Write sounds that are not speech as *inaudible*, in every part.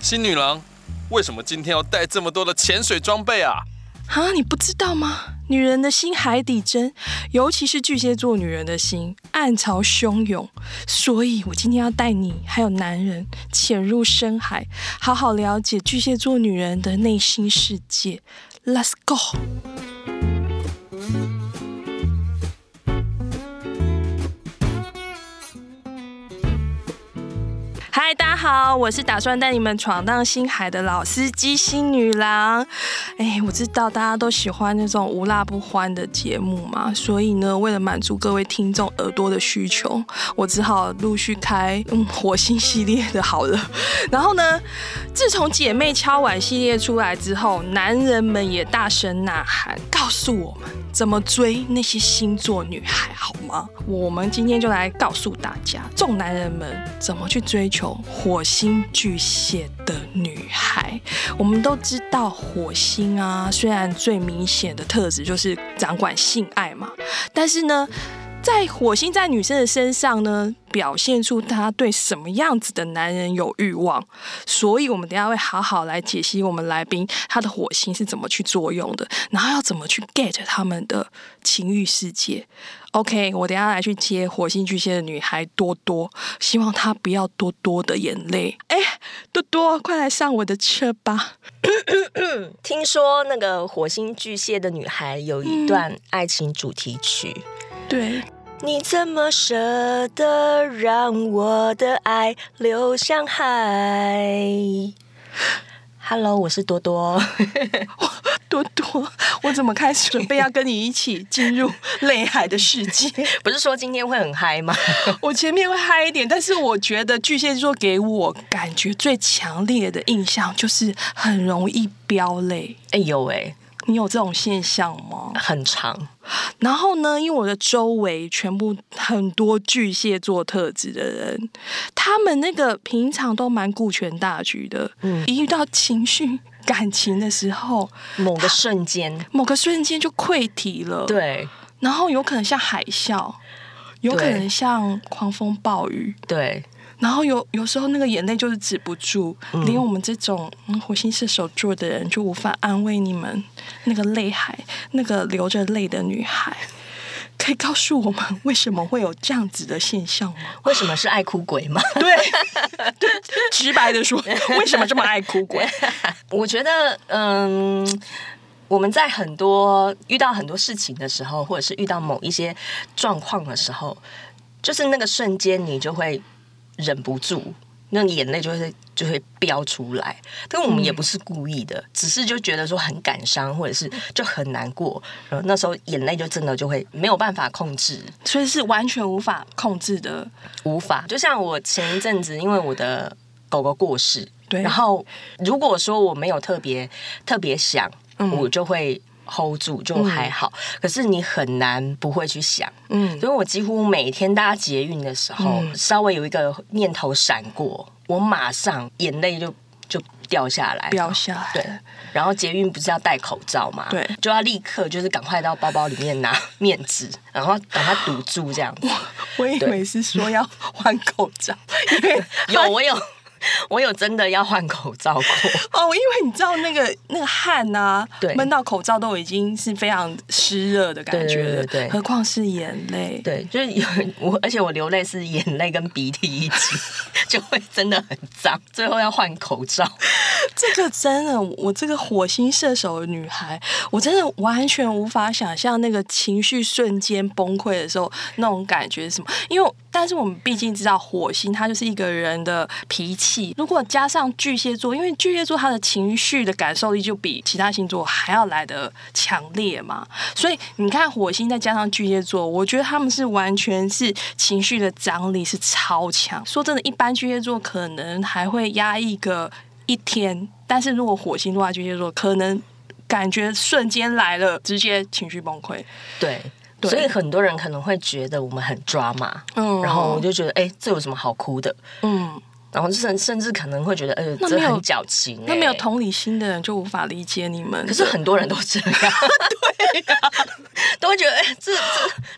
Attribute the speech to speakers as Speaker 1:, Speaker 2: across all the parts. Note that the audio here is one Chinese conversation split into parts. Speaker 1: 新女郎，为什么今天要带这么多的潜水装备啊？
Speaker 2: 啊，你不知道吗？女人的心海底针，尤其是巨蟹座女人的心暗潮汹涌，所以我今天要带你还有男人潜入深海，好好了解巨蟹座女人的内心世界。Let's go！嗨，大家好，我是打算带你们闯荡星海的老司机新女郎。哎，我知道大家都喜欢那种无辣不欢的节目嘛，所以呢，为了满足各位听众耳朵的需求，我只好陆续开嗯火星系列的好了。然后呢，自从姐妹敲碗系列出来之后，男人们也大声呐喊，告诉我们怎么追那些星座女孩，好吗？我们今天就来告诉大家，众男人们怎么去追求火星巨蟹的女孩。我们都知道火星啊，虽然最明显的特质就是掌管性爱嘛，但是呢，在火星在女生的身上呢，表现出她对什么样子的男人有欲望。所以，我们等一下会好好来解析我们来宾他的火星是怎么去作用的，然后要怎么去 get 他们的情欲世界。OK，我等一下来去接火星巨蟹的女孩多多，希望她不要多多的眼泪。哎，多多，快来上我的车吧！
Speaker 3: 听说那个火星巨蟹的女孩有一段爱情主题曲，
Speaker 2: 对，
Speaker 3: 嗯你怎么舍得让我的爱流向海？Hello，我是多多。 *laughs*
Speaker 2: 多多，我怎么开始准备要跟你一起进入 *laughs* 泪海的世界？
Speaker 3: 不是说今天会很嗨 *laughs* 吗？
Speaker 2: 我前面会嗨一点，但是我觉得巨蟹座给我感觉最强烈的印象就是很容易飙泪。
Speaker 3: 哎呦喂、
Speaker 2: 你有这种现象吗？
Speaker 3: 很长。
Speaker 2: 然后呢，因为我的周围全部很多巨蟹座特质的人，他们那个平常都蛮顾全大局的，
Speaker 3: 嗯
Speaker 2: 一遇到情绪感情的时候，
Speaker 3: 某个瞬间，
Speaker 2: 某个瞬间就溃堤了。
Speaker 3: 对
Speaker 2: 然后有可能像海啸，有可
Speaker 3: 对
Speaker 2: 能像狂风暴雨，
Speaker 3: 对，
Speaker 2: 然后有有时候那个眼泪就是止不住，连我们这种、嗯、火星射手座的人就无法安慰你们那个泪海，那个流着泪的女孩。 *laughs* 可以告诉我们为什么会有这样子的现象吗？
Speaker 3: *laughs* 为什么是爱哭鬼吗？
Speaker 2: *laughs* 对，直白的说，为什么这么爱哭鬼？
Speaker 3: 我觉得，嗯，我们在很多遇到很多事情的时候，或者是遇到某一些状况的时候，就是那个瞬间，你就会忍不住，那眼泪就会就会飙出来。但我们也不是故意的，只是就觉得说很感伤，或者是就很难过，然后那时候眼泪就真的就会没有办法控制，
Speaker 2: 所以是完全无法控制的。
Speaker 3: 无法。就像我前一阵子，因为我的狗狗过世，
Speaker 2: 对
Speaker 3: 然后如果说我没有特别特别想，
Speaker 2: 嗯
Speaker 3: 我就会 hold 住，就还好。可是你很难不会去想，
Speaker 2: 嗯，
Speaker 3: 所以我几乎每天搭捷运的时候，
Speaker 2: 嗯
Speaker 3: 稍微有一个念头闪过，我马上眼泪就就掉下来，
Speaker 2: 飙下来。
Speaker 3: 对，然后捷运不是要戴口罩嘛？
Speaker 2: 对
Speaker 3: 就要立刻就是赶快到包包里面拿 *laughs* 面纸，然后把它堵住这样子。
Speaker 2: 我以为是说要换口罩，因为
Speaker 3: *laughs* 有，我有，我有真的要换口罩过。
Speaker 2: 哦，因为你知道那个那个汗呐、
Speaker 3: 对
Speaker 2: 闷到口罩都已经是非常湿热的感觉了，
Speaker 3: 对对对对
Speaker 2: 何况是眼泪。
Speaker 3: *laughs* 对，就是有我，而且我流泪是眼泪跟鼻涕一 *laughs* 起，就会真的很脏，最后要换口罩。
Speaker 2: 这个真的，我这个火星射手的女孩，我真的完全无法想象那个情绪瞬间崩溃的时候那种感觉是什么。因为，但是我们毕竟知道火星它就是一个人的脾气，如果加上巨蟹座，因为巨蟹座他的情绪的感受力就比其他星座还要来的强烈嘛，所以你看火星再加上巨蟹座，我觉得他们是完全是情绪的张力是超强。说真的，一般巨蟹座可能还会压抑个一天，但是如果火星落在巨蟹座，可能感觉瞬间来了，直接情绪崩溃。
Speaker 3: 对。
Speaker 2: 对
Speaker 3: 所以很多人可能会觉得我们很抓马，
Speaker 2: 嗯
Speaker 3: 然后我就觉得，哎、这有什么好哭的？
Speaker 2: 嗯，
Speaker 3: 然后甚甚至可能会觉得，呃，
Speaker 2: 那
Speaker 3: 这
Speaker 2: 没有
Speaker 3: 很矫情、
Speaker 2: 那没有
Speaker 3: 欸
Speaker 2: 同理心的人就无法理解你们。
Speaker 3: 可是很多人都这 *laughs* 样，对啊呀、 *laughs* 都会觉得哎、这这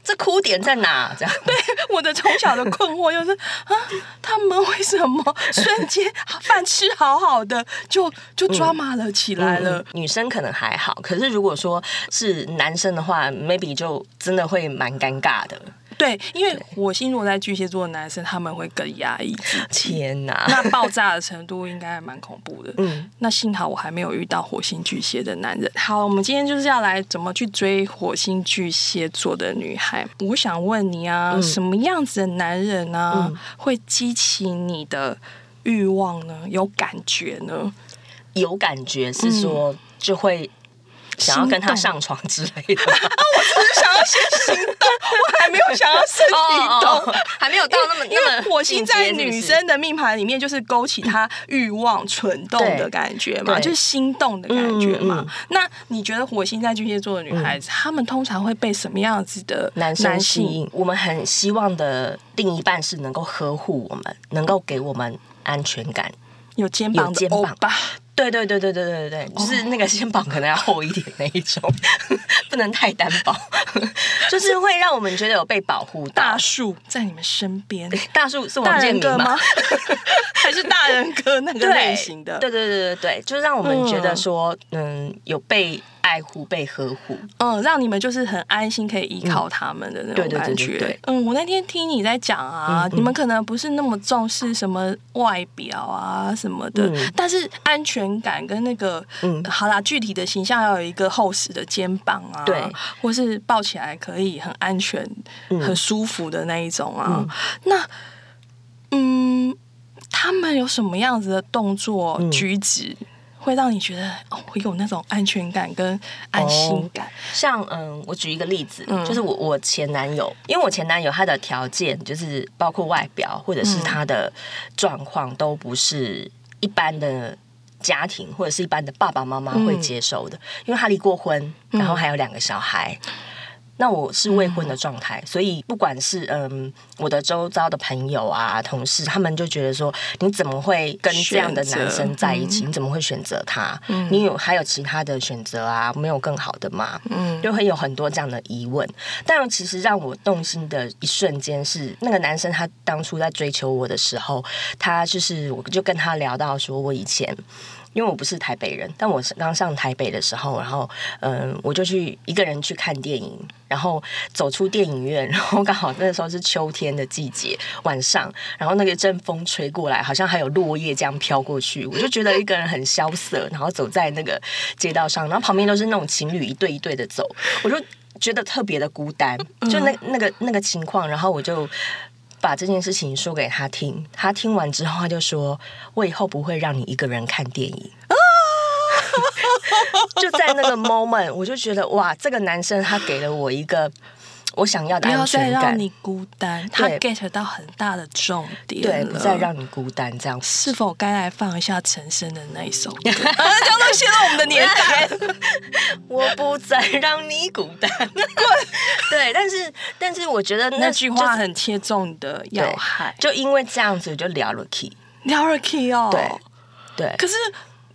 Speaker 3: 这哭点在哪？这样对，
Speaker 2: 我的从小的困惑就是啊，他们为什么瞬间啊饭吃好好的就就抓马了起来了？
Speaker 3: 女生可能还好，可是如果说是男生的话，maybe 就真的会蛮尴尬的。
Speaker 2: 对，因为火星落在巨蟹座的男生，他们会更压抑自己。
Speaker 3: 天哪！
Speaker 2: 那爆炸的程度应该还蛮恐怖的。
Speaker 3: 嗯，
Speaker 2: *laughs* 那幸好我还没有遇到火星巨蟹的男人。好，我们今天就是要来怎么去追火星巨蟹座的女孩。我想问你啊，什么样子的男人呢、会激起你的欲望呢？有感觉呢？ *laughs*
Speaker 3: 有感觉是说就会想要跟他
Speaker 2: 嗯心动
Speaker 3: 上床之
Speaker 2: *laughs*
Speaker 3: 类的，
Speaker 2: 想要先行动，我还没有想要身体
Speaker 3: 哦
Speaker 2: 动。
Speaker 3: 还没有到那么
Speaker 2: 因为
Speaker 3: 那么
Speaker 2: 火星在
Speaker 3: 进阶
Speaker 2: 女
Speaker 3: 是不是
Speaker 2: 生的命盘里面，就是勾起她欲望、蠢动的感觉嘛，
Speaker 3: 对
Speaker 2: 就是心动的感觉嘛。
Speaker 3: 嗯嗯嗯
Speaker 2: 那你觉得火星在巨蟹座的女孩子，她、们通常会被什么样子的
Speaker 3: 男
Speaker 2: 性
Speaker 3: 生吸引，我们很希望的另一半是能够呵护我们，能够给我们安全感。
Speaker 2: 有肩膀
Speaker 3: 有
Speaker 2: 的
Speaker 3: 肩
Speaker 2: 欧
Speaker 3: 膀
Speaker 2: 巴？
Speaker 3: 对对对对对对对
Speaker 2: 哦
Speaker 3: 对，就是那个肩膀可能要厚一点那一种， *laughs* 不能太单
Speaker 2: *laughs*
Speaker 3: 薄，就是会让我们觉得有被保护到
Speaker 2: 大。树在你们身边，
Speaker 3: *laughs* 大树是
Speaker 2: 大
Speaker 3: 王健
Speaker 2: 人
Speaker 3: 民
Speaker 2: 哥
Speaker 3: 吗
Speaker 2: 吗？？ *laughs* 还是大人哥那个
Speaker 3: *laughs* 对
Speaker 2: 类型的？
Speaker 3: 对对对对对，就是让我们觉得说，嗯，有被爱护、被呵护。
Speaker 2: 嗯，让你们就是很安心，可以依靠他们的那种
Speaker 3: 嗯对对对
Speaker 2: 感觉。
Speaker 3: 对嗯对
Speaker 2: 嗯，我那天听你在讲啊，你们可能不是那么重视什么外表啊什么的，
Speaker 3: 嗯
Speaker 2: 但是安全感跟那个，
Speaker 3: 嗯
Speaker 2: 好啦，具体的形象要有一个厚实的肩膀啊，
Speaker 3: 对，
Speaker 2: 或是抱起来可以很安全、
Speaker 3: 嗯
Speaker 2: 很舒服的那一种啊。那，嗯，他们有什么样子的动作、
Speaker 3: 嗯
Speaker 2: 举止？会让你觉得哦，我有那种安全感跟安
Speaker 3: 哦
Speaker 2: 心感。
Speaker 3: 像嗯，我举一个例子，就是我我前男友，因为我前男友他的条件就是包括外表或者是他的状况都不是一般的家庭或者是一般的爸爸妈妈会接受的，因为他离过婚，然后还有两个小孩。那我是未
Speaker 2: 嗯
Speaker 3: 婚的状态，所以不管是嗯我的周遭的朋友啊、同事，他们就觉得说，你怎么会跟这样的男
Speaker 2: 选
Speaker 3: 生
Speaker 2: 择
Speaker 3: 在一起？你怎么会选择他？你有还有其他的选择啊？没有更好的吗？
Speaker 2: 嗯，
Speaker 3: 就会有很多这样的疑问。但其实让我动心的一瞬间是，那个男生他当初在追求我的时候，他就是我就跟他聊到说，我以前。因为我不是台北人，但我是刚上台北的时候，然后嗯，我就去一个人去看电影，然后走出电影院，然后刚好那时候是秋天的季节，晚上，然后那个阵风吹过来，好像还有落叶这样飘过去，我就觉得一个人很萧瑟，然后走在那个街道上，然后旁边都是那种情侣一对一对的走，我就觉得特别的孤单，就那那个那个情况，然后我就。把这件事情说给他听，他听完之后，他就说：“我以后不会让你一个人看电影。” *laughs* 就在那个 moment，我就觉得哇，这个男生他给了我一个我想要的
Speaker 2: 不要再
Speaker 3: 安全
Speaker 2: 让
Speaker 3: 感，
Speaker 2: 你孤单，他
Speaker 3: 对
Speaker 2: get 到很大的重点
Speaker 3: 对，
Speaker 2: 了
Speaker 3: 不再让你孤单这样子。 *laughs*
Speaker 2: 是否该来放一下陈升的那一首歌？啊，这样都泄露我们的年代。
Speaker 3: 我不再让你孤单。 *laughs* 对，但是但是我觉 *laughs* 得那
Speaker 2: 那句话
Speaker 3: 就是
Speaker 2: 很切中你的要害。
Speaker 3: 就因为这样子，我就聊了 key。
Speaker 2: 聊了 key 哦，
Speaker 3: 对对，
Speaker 2: 可是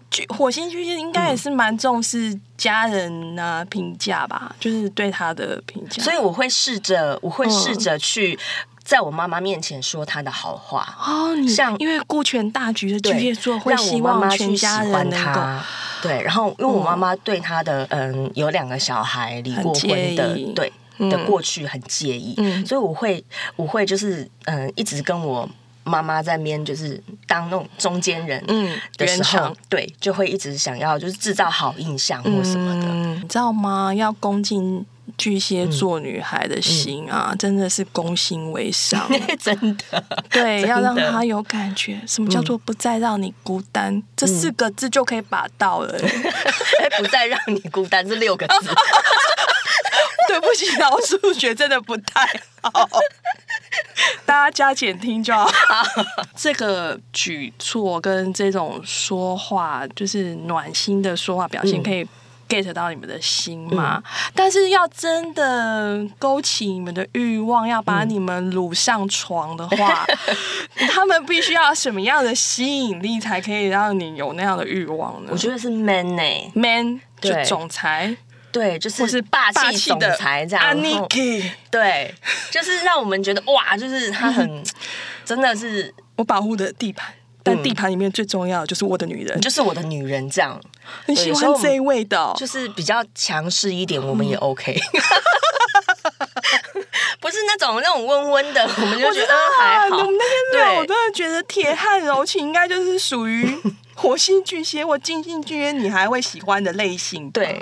Speaker 2: 巨火星巨蟹应该也是蛮重视家人啊评价吧，就是对他的评价。
Speaker 3: 所以我会试着，我会
Speaker 2: 嗯
Speaker 3: 试着去在我妈妈面前说她的好话，
Speaker 2: 哦，你
Speaker 3: 像
Speaker 2: 因为顾全大局的巨
Speaker 3: 对
Speaker 2: 蟹座，会
Speaker 3: 让我
Speaker 2: 希
Speaker 3: 妈
Speaker 2: 望
Speaker 3: 妈
Speaker 2: 全
Speaker 3: 去喜
Speaker 2: 家
Speaker 3: 欢
Speaker 2: 人能够
Speaker 3: 她。对，然后因为我妈妈对她的嗯有两个小孩离
Speaker 2: 很
Speaker 3: 过
Speaker 2: 介
Speaker 3: 婚的
Speaker 2: 意，
Speaker 3: 对。的过去很介意，
Speaker 2: 嗯
Speaker 3: 所以我会我会就是嗯、一直跟我妈妈在面就是当那种中间人，
Speaker 2: 嗯
Speaker 3: 的时
Speaker 2: 圆
Speaker 3: 候
Speaker 2: 场，
Speaker 3: 对，就会一直想要就是制造好印象或什么的。
Speaker 2: 嗯，你知道吗？要攻进巨蟹座女孩的心啊，真的是攻心为上。
Speaker 3: *laughs* 嗯 *laughs* 真的，
Speaker 2: 对，
Speaker 3: 真的
Speaker 2: 要让她有感觉，什
Speaker 3: 嗯
Speaker 2: 么叫做不再让你孤单？这四个字就可以把到了、
Speaker 3: 哎不再让你孤单这六个
Speaker 2: *laughs*
Speaker 3: 字，
Speaker 2: 对不起，老数学真的不太
Speaker 3: *laughs*
Speaker 2: 好，大家加减听就好。 *laughs* 这个举措跟这种说话，就是暖心的说话表现，
Speaker 3: 嗯
Speaker 2: 可以 get 到你们的心嘛。但是要真的勾起你们的欲望，要
Speaker 3: 嗯
Speaker 2: 把你们掳上床的话，
Speaker 3: *laughs*
Speaker 2: 他们必须要什么样的吸引力才可以让你有那样的欲望呢？
Speaker 3: 我觉得是 man 呢、
Speaker 2: man 就
Speaker 3: 对
Speaker 2: 总裁，
Speaker 3: 对，就是
Speaker 2: 或是
Speaker 3: 霸
Speaker 2: 霸
Speaker 3: 气
Speaker 2: 气
Speaker 3: 总
Speaker 2: 的
Speaker 3: 裁这样。
Speaker 2: a
Speaker 3: 哦然
Speaker 2: n
Speaker 3: 后
Speaker 2: i k
Speaker 3: 对，就是让我们觉得哇，就是
Speaker 2: *laughs*
Speaker 3: 他很，真的是
Speaker 2: 我保护的地盘，但
Speaker 3: 嗯
Speaker 2: 地盘里面最重要的就是我的女人
Speaker 3: 你。就是我的女人这样，
Speaker 2: 你喜欢这一味的哦、
Speaker 3: 就是比较强势一点，我们也
Speaker 2: 嗯
Speaker 3: OK。不是那种那种温
Speaker 2: *laughs*
Speaker 3: 温的，我们就
Speaker 2: 我
Speaker 3: 觉
Speaker 2: 知
Speaker 3: 得
Speaker 2: 道
Speaker 3: 嗯
Speaker 2: 啊，
Speaker 3: 还
Speaker 2: 我
Speaker 3: 好
Speaker 2: 们。那天聊，我
Speaker 3: 对
Speaker 2: 真的觉得铁汉柔情应该就是属于 *laughs* 火星巨蟹或金星巨蟹你还会喜欢的类型吧。
Speaker 3: 对，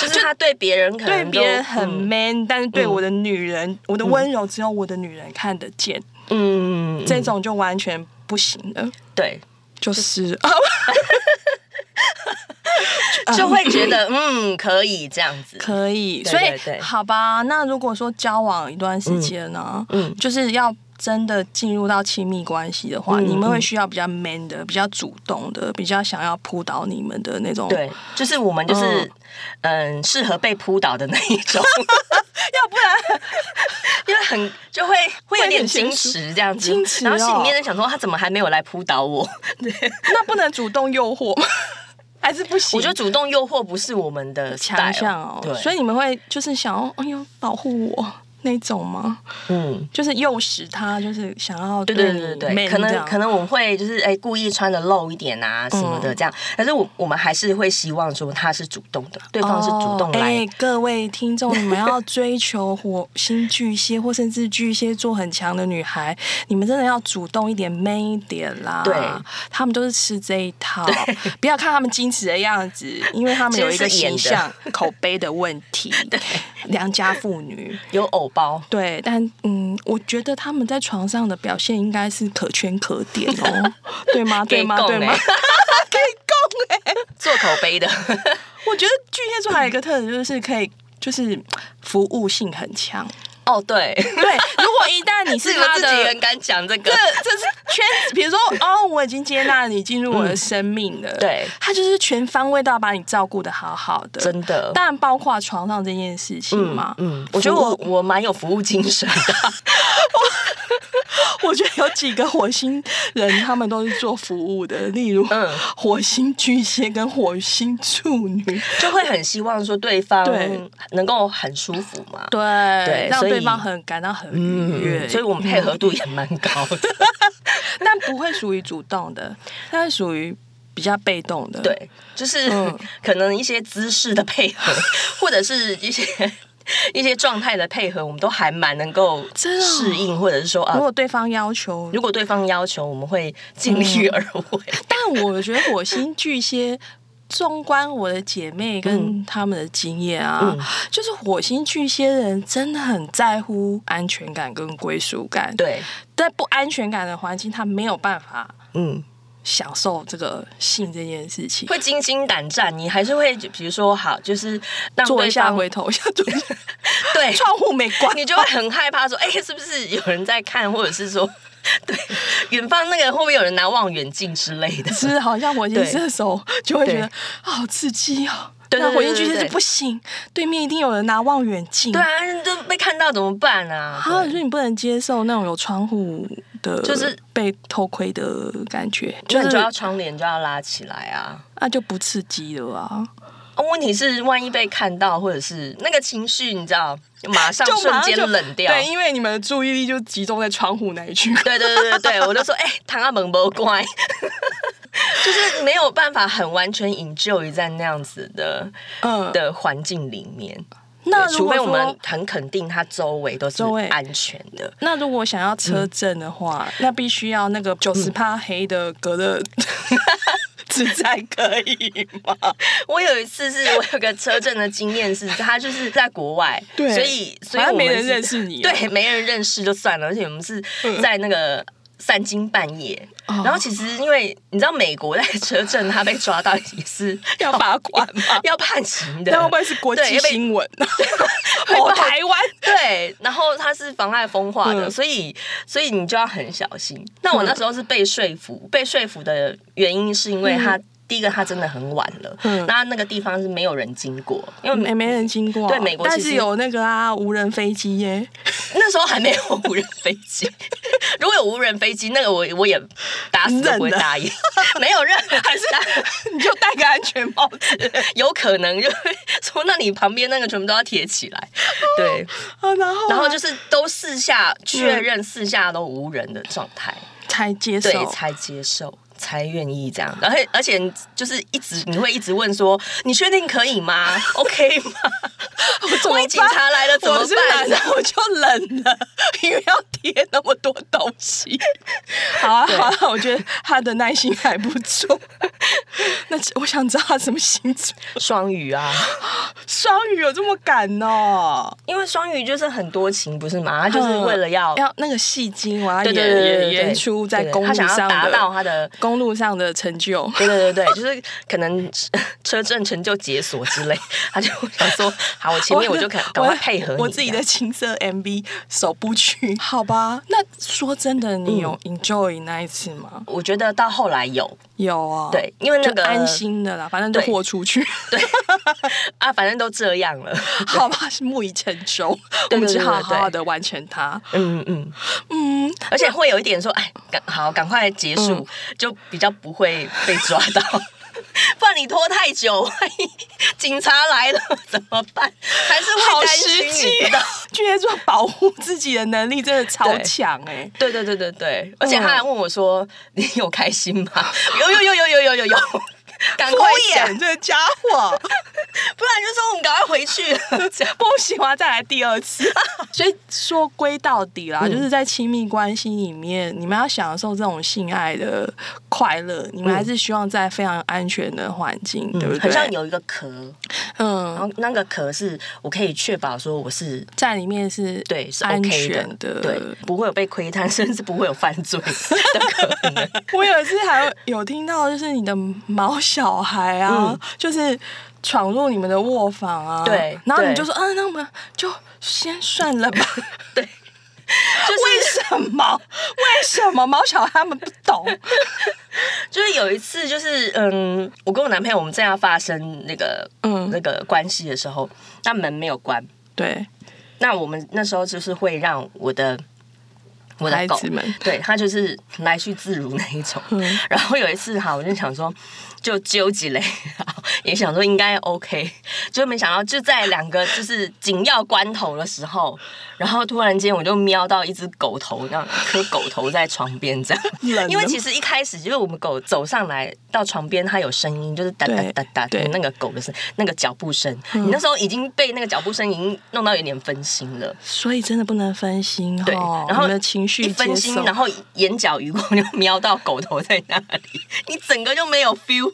Speaker 3: 就是他对别人可能
Speaker 2: 啊对
Speaker 3: 都
Speaker 2: 别人很
Speaker 3: 嗯
Speaker 2: man，、但是对我的女人，我的温柔只有我的女人看得见，
Speaker 3: 嗯，嗯
Speaker 2: 这种就完全不行
Speaker 3: 嗯
Speaker 2: 了，
Speaker 3: 对，
Speaker 2: 就是
Speaker 3: 就会
Speaker 2: *laughs*
Speaker 3: 觉得嗯可以这样子。
Speaker 2: 可以，
Speaker 3: 对
Speaker 2: 所
Speaker 3: 对
Speaker 2: 以
Speaker 3: 对
Speaker 2: 好吧，那如果说交往一段时间呢，
Speaker 3: 嗯嗯
Speaker 2: 就是要真的进入到亲密关系的话，
Speaker 3: 嗯
Speaker 2: 你们会需要比较 man 的、比较主动的、比较想要扑倒你们的那种，
Speaker 3: 对，就是我们就是嗯适合被扑倒的那一种，
Speaker 2: *laughs* 要不然
Speaker 3: *laughs* 因为很就会会有点矜持这样子，
Speaker 2: 矜持哦
Speaker 3: 然后心里面在想说他怎么还没有来扑倒我？
Speaker 2: *laughs* 那不能主动诱惑吗， *laughs* 还是不行。
Speaker 3: 我觉得主动诱惑不是我们的
Speaker 2: 强项
Speaker 3: style，
Speaker 2: 哦，
Speaker 3: 对，
Speaker 2: 所以你们会就是想要，哎呦，保护我那种吗？
Speaker 3: 嗯。
Speaker 2: 就是诱使他，就是想要
Speaker 3: 对对
Speaker 2: 对
Speaker 3: 对
Speaker 2: 你
Speaker 3: 对
Speaker 2: man
Speaker 3: 可
Speaker 2: 这
Speaker 3: 能
Speaker 2: 样
Speaker 3: 可能我们会就是哎故意穿的露一点啊什
Speaker 2: 嗯
Speaker 3: 么的这样，但是我我们还是会希望说他是主动的，对方是主动
Speaker 2: 哦
Speaker 3: 来
Speaker 2: 哎、各位听众，你们要追求火星巨蟹或甚至巨蟹座很强的女孩， *laughs* 你们真的要主动一点、man 一点啦。
Speaker 3: 对，
Speaker 2: 他们都是吃这一套， *laughs* 不要看他们矜持的样子，因为他们有一个
Speaker 3: 其实是演
Speaker 2: 形
Speaker 3: 的
Speaker 2: 象、口碑的问
Speaker 3: *laughs*
Speaker 2: 题。良家妇女。
Speaker 3: 有偶包，
Speaker 2: 对，但嗯，我觉得他们在床上的表现应该是可圈可点
Speaker 3: *laughs*
Speaker 2: 哦，对吗？对吗？对吗？ *laughs*
Speaker 3: 可以
Speaker 2: 欸
Speaker 3: 供哎，欸 *laughs* 做口碑的，
Speaker 2: 我觉得巨蟹座还有一个特质就是可以，就是服务性很强。
Speaker 3: 哦 *laughs* 对，
Speaker 2: 对，如果一旦你是
Speaker 3: 这个
Speaker 2: 他
Speaker 3: 自己
Speaker 2: 的
Speaker 3: 很敢讲这
Speaker 2: 这，
Speaker 3: 个
Speaker 2: 这是圈子，比如说哦，我已经接纳你进入我的生命了，
Speaker 3: 对
Speaker 2: 他就是全方位都要把你照顾的好好的，
Speaker 3: *laughs* 真的
Speaker 2: 当然包括床上这件事情嘛，
Speaker 3: 嗯，我觉得我我蛮有服务精神 *laughs* 的，
Speaker 2: 我觉得有几个火星人，他们都是做服务
Speaker 3: *laughs*
Speaker 2: 的，例如
Speaker 3: 嗯
Speaker 2: 火星巨蟹跟火星处女，
Speaker 3: 就会很希望说对方
Speaker 2: 对
Speaker 3: 能够很舒服嘛。
Speaker 2: 对，
Speaker 3: 对
Speaker 2: 让
Speaker 3: 所以
Speaker 2: 对方很感到很愉悦、
Speaker 3: 嗯，所以我们配合度也蛮高 *laughs* 的。
Speaker 2: 但不会属于主动的，但是属于比较被动的，，
Speaker 3: 对，就是
Speaker 2: 嗯
Speaker 3: *laughs* 可能一些姿势的配合，或者是一些一些状态的配合，我们都还蛮能够
Speaker 2: 真的哦
Speaker 3: 适应，或者是说啊
Speaker 2: 如，果对方要求
Speaker 3: 如果对方要求，我们会尽力而为。 *laughs*
Speaker 2: 但我觉得火星巨蟹。纵观我的姐妹跟她们的经验啊，
Speaker 3: 嗯
Speaker 2: 就是火星巨蟹人真的很在乎安全感跟归属感。，
Speaker 3: 对，
Speaker 2: 在不安全感的环境，他没有办法
Speaker 3: 嗯，
Speaker 2: 享受这个性这件事情。
Speaker 3: 会惊心胆战，你还是会比如说好，就是让
Speaker 2: 做一
Speaker 3: 对
Speaker 2: 下
Speaker 3: 方
Speaker 2: 回头一下，做一
Speaker 3: *laughs*
Speaker 2: 下
Speaker 3: 对
Speaker 2: 窗户没关，
Speaker 3: 你就会很害怕说，哎、是不是有人在看，或者是说，对，远方那个会不会有人拿望远镜之类的？
Speaker 2: 是好像火星
Speaker 3: 对
Speaker 2: 射手就会觉得
Speaker 3: 对
Speaker 2: 啊好刺激哦。
Speaker 3: 对对
Speaker 2: 那
Speaker 3: 对
Speaker 2: 火星巨
Speaker 3: 对
Speaker 2: 蟹
Speaker 3: 对
Speaker 2: 就不行，对面一定有人拿望远镜。
Speaker 3: 对啊，都被看到怎么办啊？
Speaker 2: 啊，
Speaker 3: 对
Speaker 2: 所以你不能接受那种有窗户的，
Speaker 3: 就是
Speaker 2: 被偷窥的感觉，
Speaker 3: 就
Speaker 2: 就是
Speaker 3: 你
Speaker 2: 是
Speaker 3: 就要窗帘就要拉起来啊。
Speaker 2: 那就不刺激了啊，
Speaker 3: 啊问题是，万一被看到，或者是那个情绪，你知道，马上
Speaker 2: 就
Speaker 3: 瞬
Speaker 2: 马上
Speaker 3: 间
Speaker 2: 就
Speaker 3: 冷掉。
Speaker 2: 对，因为你们的注意力就集中在窗户那一区。
Speaker 3: *laughs* 对对对对对，我就说，哎、唐阿蒙不乖， *laughs* 就是没有办法很完全 enjoy 在那样子的
Speaker 2: 嗯，
Speaker 3: 的环境里面。
Speaker 2: 那
Speaker 3: 对
Speaker 2: 如
Speaker 3: 除
Speaker 2: 果
Speaker 3: 非我
Speaker 2: 说
Speaker 3: 们很肯定它周围都是
Speaker 2: 周围
Speaker 3: 安全的，
Speaker 2: 那如果想要车震的话，
Speaker 3: 嗯
Speaker 2: 那必须要那个九十帕黑的隔热纸才可以
Speaker 3: *laughs*
Speaker 2: 吗？
Speaker 3: 我有一次是我有个车震的经验是， *laughs* 他就是在国外，
Speaker 2: 对
Speaker 3: 所以所以
Speaker 2: 反
Speaker 3: 我
Speaker 2: 正
Speaker 3: 们
Speaker 2: 没人
Speaker 3: 是
Speaker 2: 认识你啊
Speaker 3: 对，没人认识就算了，而且我们是
Speaker 2: 嗯
Speaker 3: 在那个。三更半夜，
Speaker 2: 哦
Speaker 3: 然后其实因为你知道美国在车震，他被抓到也是 *laughs*
Speaker 2: 要罚款吗？
Speaker 3: 要判刑的，
Speaker 2: 那会不会是国
Speaker 3: 对
Speaker 2: 际
Speaker 3: 要被
Speaker 2: 新闻？ *laughs*
Speaker 3: 被
Speaker 2: 哦，台湾
Speaker 3: 对，然后他是妨碍风化的，
Speaker 2: 嗯
Speaker 3: 所以所以你就要很小心。那我那时候是被说服，被说服的原因是因为他第一个它真的很晚了，
Speaker 2: 嗯
Speaker 3: 那那个地方是没有人经过，因为
Speaker 2: 没没人经过啊、
Speaker 3: 对美国
Speaker 2: 但
Speaker 3: 其实
Speaker 2: 是有那个啊无人飞机耶，
Speaker 3: 那时候还没有无人飞机。 *laughs* 如果有无人飞机，那个我我也打死都不会答应， *laughs* 没有任何还是
Speaker 2: *laughs* 你就戴个安
Speaker 3: *laughs*
Speaker 2: 全帽子
Speaker 3: 有可能就会说，那你旁边那个全部都要贴起来，对，
Speaker 2: 啊，然后
Speaker 3: 哦然后就是都四下确认四下都无人的状态，
Speaker 2: 才接受
Speaker 3: 对，才接受。才愿意这样，而且而且就是一直你会一直问说，你确定可以吗？OK 吗？ *laughs*
Speaker 2: 怎么
Speaker 3: 万一
Speaker 2: 办
Speaker 3: 警察来了怎么
Speaker 2: 我是男
Speaker 3: 办？
Speaker 2: 的，我就冷了，因为要贴那么多东西。 *laughs* 好啊，好啊，我觉得他的耐心还不错。 *laughs* 那我想知道他什么星座？
Speaker 3: *laughs* 双鱼啊，
Speaker 2: 双鱼有这么赶哦？
Speaker 3: 因为双鱼就是很多情，不是吗？他就是为了嗯要
Speaker 2: 嗯要那个戏精，我要
Speaker 3: 对
Speaker 2: 演
Speaker 3: 对对对对
Speaker 2: 演演出在公路
Speaker 3: 对他想
Speaker 2: 上
Speaker 3: 要达到
Speaker 2: 的
Speaker 3: 他的。
Speaker 2: 公路上的成就。
Speaker 3: 对对对对，就是可能车 *laughs* 震成就解锁之类，他就想说，好，我前面我就赶赶快配合你
Speaker 2: 我自己
Speaker 3: 这
Speaker 2: 的
Speaker 3: 样
Speaker 2: 青涩 MV 首部曲，嗯好吧？那说真的，你有 enjoy 那一次吗？
Speaker 3: 我觉得到后来有
Speaker 2: 有啊，
Speaker 3: 对，因为那
Speaker 2: 就
Speaker 3: 个
Speaker 2: 安心的啦，反正就
Speaker 3: 对 *laughs*
Speaker 2: 豁出去，
Speaker 3: 啊，反正都这样了，
Speaker 2: 好吧，是木已成舟，我
Speaker 3: *laughs* 对对
Speaker 2: 们
Speaker 3: 对
Speaker 2: 只好
Speaker 3: 对
Speaker 2: 好
Speaker 3: 对
Speaker 2: 好的完成它。
Speaker 3: 嗯嗯，
Speaker 2: 嗯，
Speaker 3: 而且会有一点说，哎，赶好赶快结束，
Speaker 2: 嗯
Speaker 3: 就比较不会被抓到， *laughs* 不然你拖太久，万一警察来了怎么办？还是
Speaker 2: 好
Speaker 3: 会担
Speaker 2: 实
Speaker 3: 心
Speaker 2: 际 *laughs* 啊
Speaker 3: 你的。
Speaker 2: 巨蟹座保护自己的能力真的超强哎，
Speaker 3: 啊对对对对对，而且他还问我说：“你有开心吗？”有有有有有有有有，赶
Speaker 2: 敷
Speaker 3: 快讲，
Speaker 2: 衍这个家伙，
Speaker 3: 不然就说我们赶快回去了。这样
Speaker 2: *laughs* 不喜欢再来第二
Speaker 3: *laughs*
Speaker 2: 次。所以说归到底
Speaker 3: 嗯
Speaker 2: 啦，就是在亲密关系里面，你们要享受这种性爱的快乐，你们还是希望在非常安全的环境，对不对？
Speaker 3: 嗯很像有一个壳，然
Speaker 2: 嗯，
Speaker 3: 后那个壳是我可以确保说我是
Speaker 2: 在里面是
Speaker 3: 对是
Speaker 2: 安
Speaker 3: OK
Speaker 2: 全
Speaker 3: 的，
Speaker 2: 的，
Speaker 3: 对，不会有被窥探， *laughs* 甚至不会有犯
Speaker 2: *laughs*
Speaker 3: 罪的可能。
Speaker 2: 我有一次还有有听到，就是你的毛小孩啊，
Speaker 3: 嗯
Speaker 2: 就是闯入你们的卧房啊，
Speaker 3: 对
Speaker 2: 然后你
Speaker 3: 对
Speaker 2: 就说，啊，那我们就先算了
Speaker 3: *laughs*
Speaker 2: 吧。
Speaker 3: 就是
Speaker 2: 为什么？为什么毛小孩他们不懂？
Speaker 3: 就是有一次，就是嗯，我跟我男朋友我们正要发生那个
Speaker 2: 嗯
Speaker 3: 那个关系的时候，那门没有关，
Speaker 2: 对，
Speaker 3: 那我们那时候就是会让我的我
Speaker 2: 孩
Speaker 3: 的狗
Speaker 2: 子们
Speaker 3: 对他就是来去自如那一种。
Speaker 2: 嗯
Speaker 3: 然后有一次哈，我就想说就纠结嘞，也想说应该 OK，就没想到就在两个就是紧要关头的时候，然后突然间我就瞄到一只狗头，这样一颗狗头在床边这样。
Speaker 2: 冷了
Speaker 3: 因为其实一开始就是我们狗走上来到床边，它有声音，就是哒哒
Speaker 2: 对
Speaker 3: 哒哒
Speaker 2: 对嗯
Speaker 3: 那个狗的声，那个脚步声。你那时候已经被那个脚步声已经弄到有点分心了。
Speaker 2: 所以真的不能分心
Speaker 3: 对，
Speaker 2: 哦。
Speaker 3: 然后
Speaker 2: 你的情绪
Speaker 3: 一分心，然
Speaker 2: 后
Speaker 3: 后眼角余光就瞄到狗头在那里，你整个就没有 feel，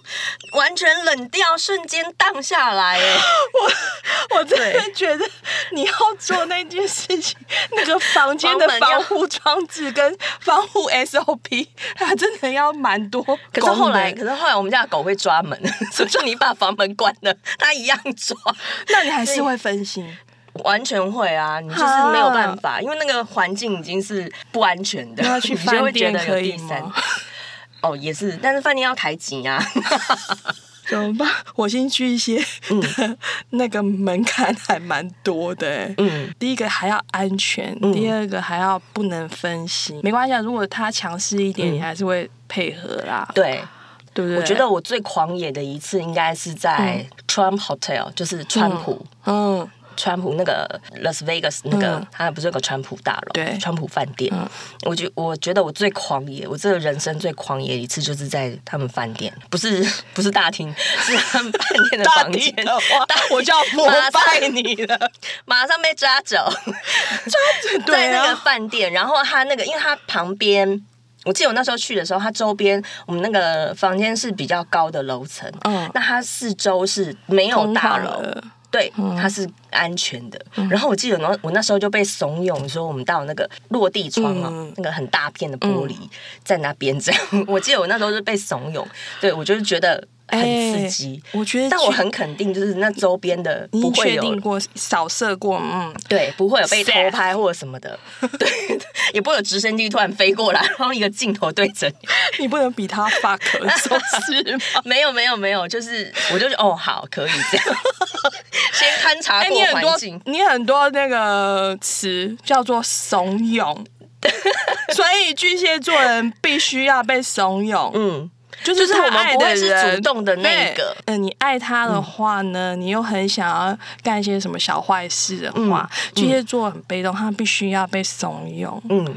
Speaker 3: 完全冷掉，瞬间荡下来。哎，
Speaker 2: 我真的
Speaker 3: 对
Speaker 2: 觉得你要做那件事情，那个房间的
Speaker 3: 房门要
Speaker 2: 防护装置跟防护 SOP，它真的要蛮多功能。
Speaker 3: 可是后来，可是后来我们家的狗会抓门，所以说你把房门关了，它一样抓，
Speaker 2: 那你还是会分心。
Speaker 3: 完全会啊，你就是没有办法，因为那个环境已经是不安全的，
Speaker 2: 那要去
Speaker 3: *laughs* 你就
Speaker 2: 饭
Speaker 3: 会觉
Speaker 2: 店
Speaker 3: 得
Speaker 2: 可
Speaker 3: 有
Speaker 2: 以
Speaker 3: 第三 *laughs*
Speaker 2: 吗？。
Speaker 3: 哦，也是，但是饭店要抬级啊，
Speaker 2: 怎么办？火星巨蟹的 *laughs* 那个门槛还蛮多的、欸。
Speaker 3: 嗯，
Speaker 2: 第一个还要安全，
Speaker 3: 嗯
Speaker 2: 第二个还要不能分心。没关系，啊，如果他强势一点，
Speaker 3: 嗯
Speaker 2: 你还是会配合啦，
Speaker 3: *laughs* 对。
Speaker 2: 对不对？
Speaker 3: 我觉得，我最狂野的一次应该是在 Trump Hotel，就是川普，
Speaker 2: 嗯，
Speaker 3: 川普那个 Las Vegas 那个
Speaker 2: 嗯，
Speaker 3: 它不是有个川普大楼，
Speaker 2: 对
Speaker 3: 川普饭店
Speaker 2: 嗯。
Speaker 3: 我觉我觉得我最狂野，我这个人生最狂野一次就是在他们饭店，不是 *laughs* 不是大厅，是他们饭店的房间，
Speaker 2: 话
Speaker 3: *laughs* 大
Speaker 2: 我就要膜拜你了。
Speaker 3: *laughs* 马上被抓
Speaker 2: *laughs*
Speaker 3: 走，在
Speaker 2: 对
Speaker 3: 那个
Speaker 2: 啊，
Speaker 3: 饭店，然后他那个，因为他旁边。我记得我那时候去的时候，它周边我们那个房间是比较高的楼层，
Speaker 2: 嗯
Speaker 3: 那它四周是没有
Speaker 2: 通嗯
Speaker 3: 大
Speaker 2: 常
Speaker 3: 楼，
Speaker 2: 的
Speaker 3: 对，它是安全的。
Speaker 2: 嗯
Speaker 3: 然后我记得我那我那时候就被怂恿说，我们到那个落地窗啊，
Speaker 2: 嗯
Speaker 3: 那个 *laughs* 很大片的玻璃、在那边这样。我记得我那时候是被怂恿，对我就是觉得很
Speaker 2: 哎
Speaker 3: 刺激。
Speaker 2: 我觉得，
Speaker 3: 但我很肯定，就是那周边的
Speaker 2: 你
Speaker 3: 不会
Speaker 2: 确
Speaker 3: 有
Speaker 2: 定过扫射过，嗯，
Speaker 3: 对，不会有被
Speaker 2: *laughs*
Speaker 3: 偷
Speaker 2: Sad
Speaker 3: 拍或者什
Speaker 2: *laughs*
Speaker 3: 么的，对，也不会有直升机突然飞过来，然后一个镜头对着 *laughs* 你。哦
Speaker 2: 你不能比他 fuck 就是吗？
Speaker 3: 没有，没有，没有，就是我就是哦，好，可以这样， *laughs* 先勘察
Speaker 2: *laughs* 哎、
Speaker 3: 过
Speaker 2: 你很
Speaker 3: 环境。
Speaker 2: 多你很多那个词叫做怂
Speaker 3: *laughs*
Speaker 2: 恿，所以巨蟹座人必须要被怂恿。
Speaker 3: 嗯，
Speaker 2: 就
Speaker 3: 就是
Speaker 2: 他
Speaker 3: 我们
Speaker 2: 爱
Speaker 3: 不
Speaker 2: 的
Speaker 3: 会是
Speaker 2: 人
Speaker 3: 主动的那一个嗯
Speaker 2: 对呃，你爱他的话呢，你又很想要干一些什么小坏事的话，巨蟹座很被动，他必须要被怂恿。
Speaker 3: 嗯，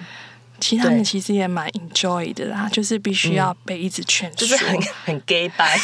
Speaker 2: 其实他们
Speaker 3: 对嗯
Speaker 2: 其实也蛮 enjoy 的啦，就是必须要被一直劝说。
Speaker 3: 就是很 *laughs* 很 gay 白，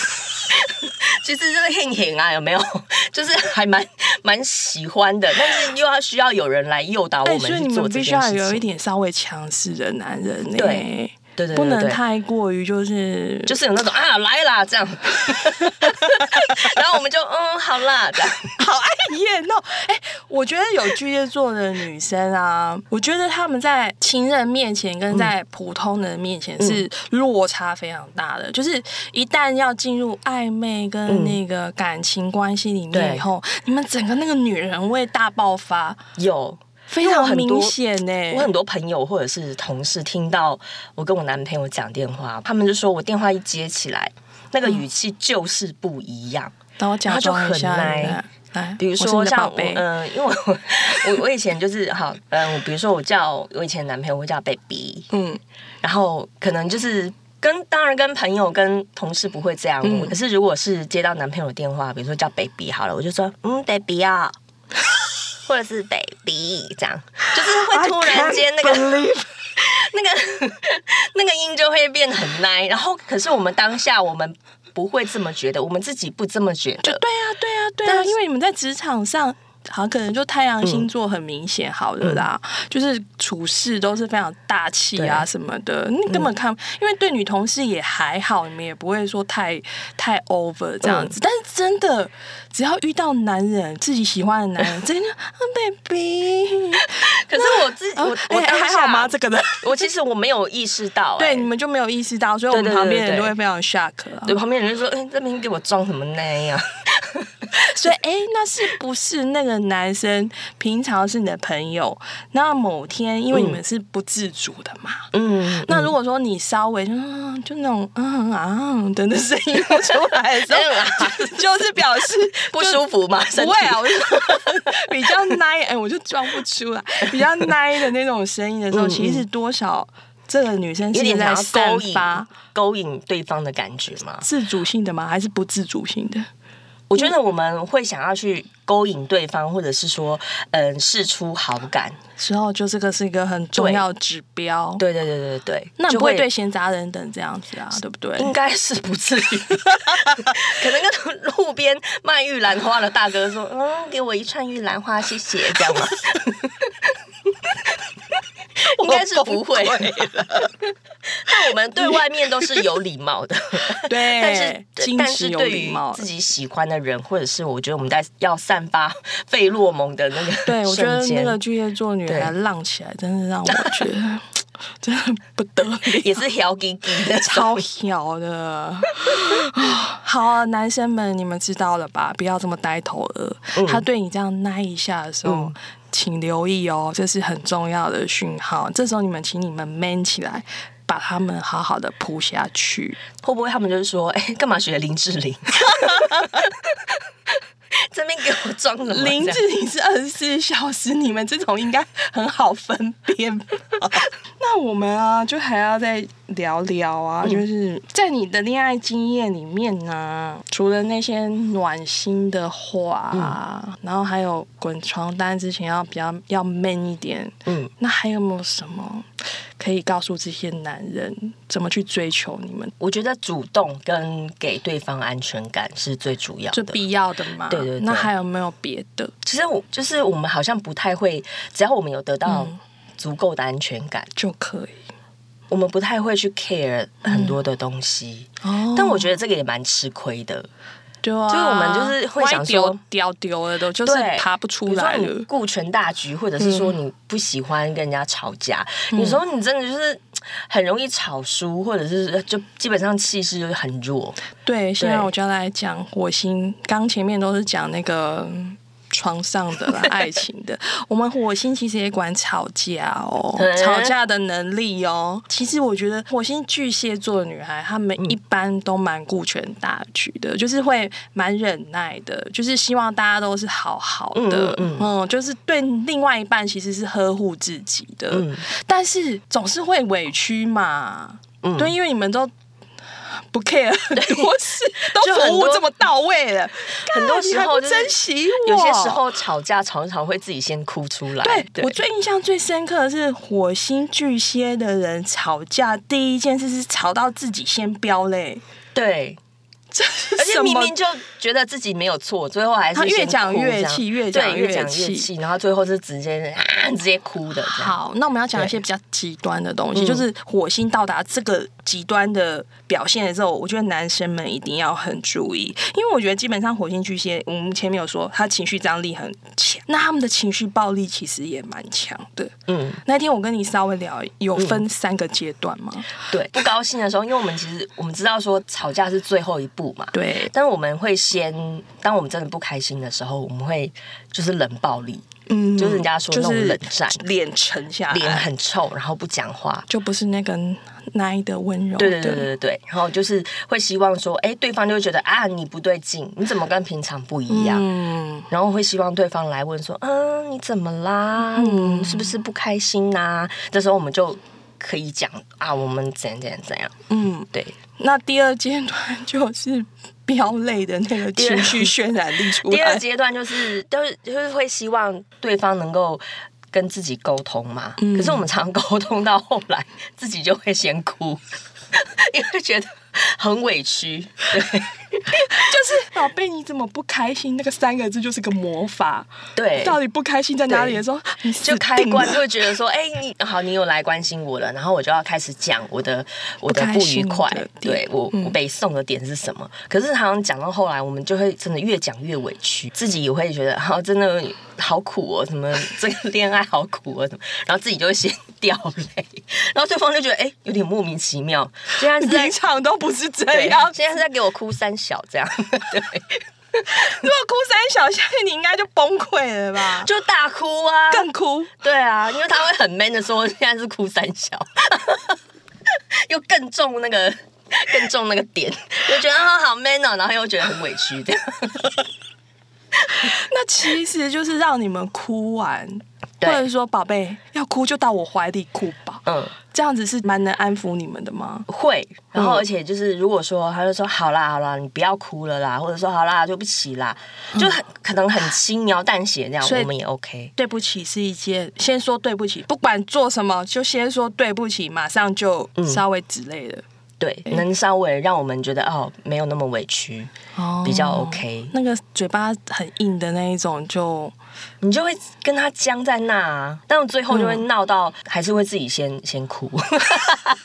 Speaker 3: 其实就是很很啊，有没有？ *laughs* 就是还蛮蛮喜欢的，但是又要需要有人来诱导
Speaker 2: 哎
Speaker 3: 哦我们
Speaker 2: 所以
Speaker 3: 去
Speaker 2: 你
Speaker 3: 做
Speaker 2: 们
Speaker 3: 这
Speaker 2: 必须
Speaker 3: 件
Speaker 2: 要
Speaker 3: 事
Speaker 2: 有一
Speaker 3: 情。
Speaker 2: 点稍微强势的男人呢、
Speaker 3: 对对对对
Speaker 2: 不能
Speaker 3: 对
Speaker 2: 太过于就是
Speaker 3: 就是有那种啊来啦这样， *laughs* 然后我们就嗯好啦这样，
Speaker 2: 好爱演哦！哎、我觉得有巨蟹座的女生啊， *laughs* 我觉得她们在情人面前跟在普通人面前
Speaker 3: 嗯
Speaker 2: 是落差非常大的。就是一旦要进入暧昧跟那个感情关系里面以后，你们整个那个女人味大爆发，
Speaker 3: 有
Speaker 2: 非
Speaker 3: 因为我
Speaker 2: 常
Speaker 3: 很多
Speaker 2: 明显欸呢、
Speaker 3: 我很多朋友或者是同事听到我跟我男朋友讲电话，他们就说我电话一接起来，那
Speaker 2: 嗯
Speaker 3: 个语气就是不一样。
Speaker 2: 等我假装一下，
Speaker 3: 然后就很
Speaker 2: 你
Speaker 3: 奶
Speaker 2: 看来，
Speaker 3: 比如
Speaker 2: 我是
Speaker 3: 说
Speaker 2: 你的
Speaker 3: 像
Speaker 2: 宝
Speaker 3: 我，
Speaker 2: 贝，
Speaker 3: 嗯，因为我 *laughs* 我我以前就是好，嗯，我比如说我叫我以前男朋友我叫 baby，
Speaker 2: 嗯，
Speaker 3: 然后可能就是跟当然跟朋友跟同事不会这样，
Speaker 2: 嗯
Speaker 3: 可是如果是接到男朋友的电话，比如说叫 baby 好了，我就说嗯 baby 啊，或者是 baby 这样，就是会突然间那
Speaker 2: 啊
Speaker 3: 个那个 *laughs* 那个音就会变得很奶，然后可是我们当下我们不会这么觉得，我们自己不这么觉得，
Speaker 2: 对啊，对啊，对啊，
Speaker 3: 但是嗯
Speaker 2: 因为你们在职场上。好，可能就太阳星座很明显，好了啦，就是处事都是非常大气啊
Speaker 3: 对嗯
Speaker 2: 什么的，你根本看，因为对女同事也还好，你们也不会说太太 over 这
Speaker 3: 嗯
Speaker 2: 样子。但是真的，只要遇到男人自己喜欢的男人，
Speaker 3: *laughs*
Speaker 2: 真的啊，baby，
Speaker 3: 可是我自己 *laughs* 我、
Speaker 2: 啊
Speaker 3: 我
Speaker 2: 哎
Speaker 3: 当下
Speaker 2: 还好吗？这个人，
Speaker 3: 我其实我没有意识到、
Speaker 2: 对
Speaker 3: 哎
Speaker 2: 你们就没有意识到，所以我们
Speaker 3: 对对对
Speaker 2: 旁边人
Speaker 3: 对
Speaker 2: 都会非常 shock 啊
Speaker 3: 对，。旁边人就说：“哎、这边给我装什么那样
Speaker 2: 所以，哎、那是不是那个男生平常是你的朋友？那某天，因为你们是不自主的嘛，？”
Speaker 3: 嗯，
Speaker 2: 那如果说你稍微就嗯就那种嗯啊的那声音出来的时
Speaker 3: *laughs* 嗯啊
Speaker 2: 候，就是表示
Speaker 3: *laughs* *laughs* 不舒服吗？身
Speaker 2: 不
Speaker 3: 体
Speaker 2: 会啊，我就比较奶，哎、我就装不出来，比较奶的那种声音的时候，
Speaker 3: 嗯嗯
Speaker 2: 其实多少这个女生
Speaker 3: 有
Speaker 2: 是
Speaker 3: 点
Speaker 2: 在
Speaker 3: 想要
Speaker 2: 散
Speaker 3: 勾引
Speaker 2: 发
Speaker 3: 勾引对方的感觉吗？
Speaker 2: 自主性的吗？还是不自主性的？
Speaker 3: 我觉得我们会想要去勾引对方，或者是说，嗯，试出好感。
Speaker 2: 时候就这个是一个很重
Speaker 3: 对
Speaker 2: 要的指标。
Speaker 3: 对对对对对，
Speaker 2: 那你
Speaker 3: 就
Speaker 2: 不会对闲杂人等这样子啊，对不对？
Speaker 3: 应该是不至于， *laughs* 可能跟路边卖玉兰花的大哥说：“嗯，给我一串玉兰花，谢谢。”这样吗？应该是不会。但我们对外面都是有礼貌的，
Speaker 2: *laughs* 对
Speaker 3: 但是
Speaker 2: 矜
Speaker 3: 但
Speaker 2: 持
Speaker 3: 是
Speaker 2: 有
Speaker 3: 对
Speaker 2: 礼
Speaker 3: 于
Speaker 2: 貌
Speaker 3: 自。己喜欢的人，或者是我觉得我们在要散发 *laughs* 费洛蒙的那个瞬间，
Speaker 2: 对，我觉得那个巨蟹座女孩
Speaker 3: 对
Speaker 2: 浪起来，真的让我觉
Speaker 3: *laughs*
Speaker 2: 得真的不得了，
Speaker 3: 也是 *laughs* 小鸡鸡
Speaker 2: *laughs*
Speaker 3: 的
Speaker 2: 超屌的。 *laughs* 好啊，男生们，你们知道了吧？不要这么呆头鹅。
Speaker 3: 嗯
Speaker 2: 他对你这样奶一下的时候。请留意哦，这是很重要的讯号。这时候你们，请你们 man 起来，把他们好好的扑下去。
Speaker 3: 会不会他们就是说，哎、干嘛学林志玲？ *laughs* 这边给我装什么？
Speaker 2: 林志玲是二十四小时，你们这种应该很好分辨吧？ *laughs* 那我们啊，就还要再聊聊啊，就是在你的恋爱经验里面呢、除了那些暖心的话啊，然后还有滚床单之前要比较要 man 一点，
Speaker 3: 嗯，
Speaker 2: 那还有没有什么可以告诉这些男人怎么去追求你们？
Speaker 3: 我觉得主动跟给对方安全感是最主要
Speaker 2: 就
Speaker 3: 的。
Speaker 2: 必要的嘛，
Speaker 3: 对对对
Speaker 2: 那还有没有别的？
Speaker 3: 其实我就是我们好像不太会，只要我们有得到
Speaker 2: 嗯
Speaker 3: 足够的安全感，
Speaker 2: 就可以
Speaker 3: 我们不太会去 care 很多的东西。
Speaker 2: 哦
Speaker 3: 但我觉得这个也蛮吃亏的，
Speaker 2: 对啊，
Speaker 3: 就是我们就是会想
Speaker 2: 歪
Speaker 3: 说
Speaker 2: 丢丢丢了都，就是
Speaker 3: 对
Speaker 2: 爬不出来
Speaker 3: 比如说你
Speaker 2: 了。嗯
Speaker 3: 顾全大局，或者是说你不喜欢跟人家吵架，有时候你真的就是很容易草书，或者是呃就基本上气势就是很弱。
Speaker 2: 对，现在我就要来讲火星。刚前面都是讲那个嗯床上
Speaker 3: *laughs*
Speaker 2: 的啦、爱情的。我们火星其实也管吵架哦，
Speaker 3: 对
Speaker 2: 吵架的能力哦。其实我觉得火星巨蟹座的女孩，她
Speaker 3: 嗯
Speaker 2: 们一般都蛮顾全大局的，就是会蛮忍耐的，就是希望大家都是好好的，
Speaker 3: 嗯嗯
Speaker 2: 嗯就是对另外一半其实是呵护自己的，
Speaker 3: 嗯
Speaker 2: 但是总是会委屈嘛。
Speaker 3: 嗯
Speaker 2: 对，因为你们都不
Speaker 3: *laughs*
Speaker 2: care 很多事，都
Speaker 3: 就很
Speaker 2: 服务
Speaker 3: 多
Speaker 2: 这么到位了，
Speaker 3: 很多
Speaker 2: 干你
Speaker 3: 时
Speaker 2: 还
Speaker 3: 候
Speaker 2: 不
Speaker 3: 就是
Speaker 2: 珍惜我。
Speaker 3: 有些时候吵架吵一吵会自己先哭出来。
Speaker 2: 对我最印象最深刻的是火星巨蟹的人吵架，第一件事是吵到自己先飙泪，
Speaker 3: 对，
Speaker 2: 这是
Speaker 3: 而且
Speaker 2: 什
Speaker 3: 明
Speaker 2: 么
Speaker 3: 明就觉得自己没有错，最后还是
Speaker 2: 他越
Speaker 3: 先
Speaker 2: 讲
Speaker 3: 哭
Speaker 2: 越
Speaker 3: 这样
Speaker 2: 气越
Speaker 3: 对
Speaker 2: 讲
Speaker 3: 越
Speaker 2: 越
Speaker 3: 讲越
Speaker 2: 气
Speaker 3: 气，然后最后是直接 *laughs* 啊直接哭的这样。嗯
Speaker 2: 好，那我们要讲一些比较极端的东西，就是火星到达这个极端的表现的时候，我觉得男生们一定要很注意，因为我觉得基本上火星巨蟹，我们前面有说他情绪张力很强，那他们的情绪暴力其实也蛮强的。
Speaker 3: 嗯，
Speaker 2: 那天我跟你稍微聊，有分三个阶段吗？
Speaker 3: 对，不高兴的时候，因为我们其实我们知道说吵架是最后一步嘛，
Speaker 2: 对，
Speaker 3: 但我们会先，当我们真的不开心的时候，我们会就是冷暴力，
Speaker 2: 嗯
Speaker 3: 就是人家说那种冷战
Speaker 2: 就是脸沉下
Speaker 3: 脸
Speaker 2: 来，
Speaker 3: 很臭，然后不讲话。
Speaker 2: 就不是那个奶的温柔的。
Speaker 3: 对对对对对对，然后就是会希望说，哎，对方就会觉得啊，你不对劲，你怎么跟平常不一样？
Speaker 2: 嗯，
Speaker 3: 然后会希望对方来问说，嗯，你怎么啦？
Speaker 2: 嗯
Speaker 3: 你是不是不开心呐、这时候我们就可以讲啊，我们怎样怎样怎样。
Speaker 2: 嗯，
Speaker 3: 对，
Speaker 2: 那第二阶段就是飙泪的那个情绪渲染力出
Speaker 3: 第二
Speaker 2: 来。
Speaker 3: 阶段就是都是就是会希望对方能够跟自己沟通嘛。
Speaker 2: 嗯
Speaker 3: 可是我们常沟通到后来，自己就会先哭， *laughs* 因为觉得很委屈。
Speaker 2: 就是宝贝，你怎么不开心？那个三个字就是个魔法。
Speaker 3: 对，
Speaker 2: 到底不开心在哪里
Speaker 3: 对
Speaker 2: 的时候，啊你死
Speaker 3: 就开
Speaker 2: 定
Speaker 3: 关
Speaker 2: 了
Speaker 3: 就会觉得说，哎、你好，你有来关心我了，然后我就要开始讲我的我的
Speaker 2: 不开
Speaker 3: 不愉
Speaker 2: 心
Speaker 3: 快
Speaker 2: 的，
Speaker 3: 对
Speaker 2: 点
Speaker 3: 我
Speaker 2: 嗯
Speaker 3: 我被送的点是什么？可是好像讲到后来，我们就会真的越讲越委屈，自己也会觉得， *laughs* 好、真的好苦哦，怎么 *laughs* 这个恋爱好苦哦，怎么？然后自己就会先掉泪， *laughs* 然后对方就觉得，哎、有点莫名其妙，现在是
Speaker 2: *laughs*
Speaker 3: 在
Speaker 2: 平。常都不是这
Speaker 3: 对
Speaker 2: 样，。
Speaker 3: 现在是在给我哭三小这样， *laughs* 对，
Speaker 2: 如果哭三小下去，你应该就崩溃了吧？
Speaker 3: 就大哭啊，
Speaker 2: 更哭。
Speaker 3: 对啊，因为他会很 man 的说，现在是哭三小， *laughs* 又更重那个，更重那个点，就觉得啊、好 man 哦，然后又觉得很委屈这样。
Speaker 2: 那其实就是让你们哭完，或
Speaker 3: 对
Speaker 2: 者说宝贝要哭就到我怀里哭吧，
Speaker 3: 嗯，
Speaker 2: 这样子是蛮能安抚你们的吗？
Speaker 3: 会，然后
Speaker 2: 嗯
Speaker 3: 而且就是如果说他就说好啦好啦，你不要哭了啦，或者说好啦对不起啦，就很可能很轻描淡写那样，
Speaker 2: 所以
Speaker 3: 我们也 OK。
Speaker 2: 对不起是一件，先说对不起，不管做什么就先说对不起，马上就稍微之类的。
Speaker 3: 对，能稍微让我们觉得哦，没有那么委屈，
Speaker 2: 哦
Speaker 3: 比较 OK
Speaker 2: 那个嘴巴很硬的那一种就，
Speaker 3: 你就会跟他僵在那啊，但我最后就会闹到，还是会自己先 *laughs* 先哭。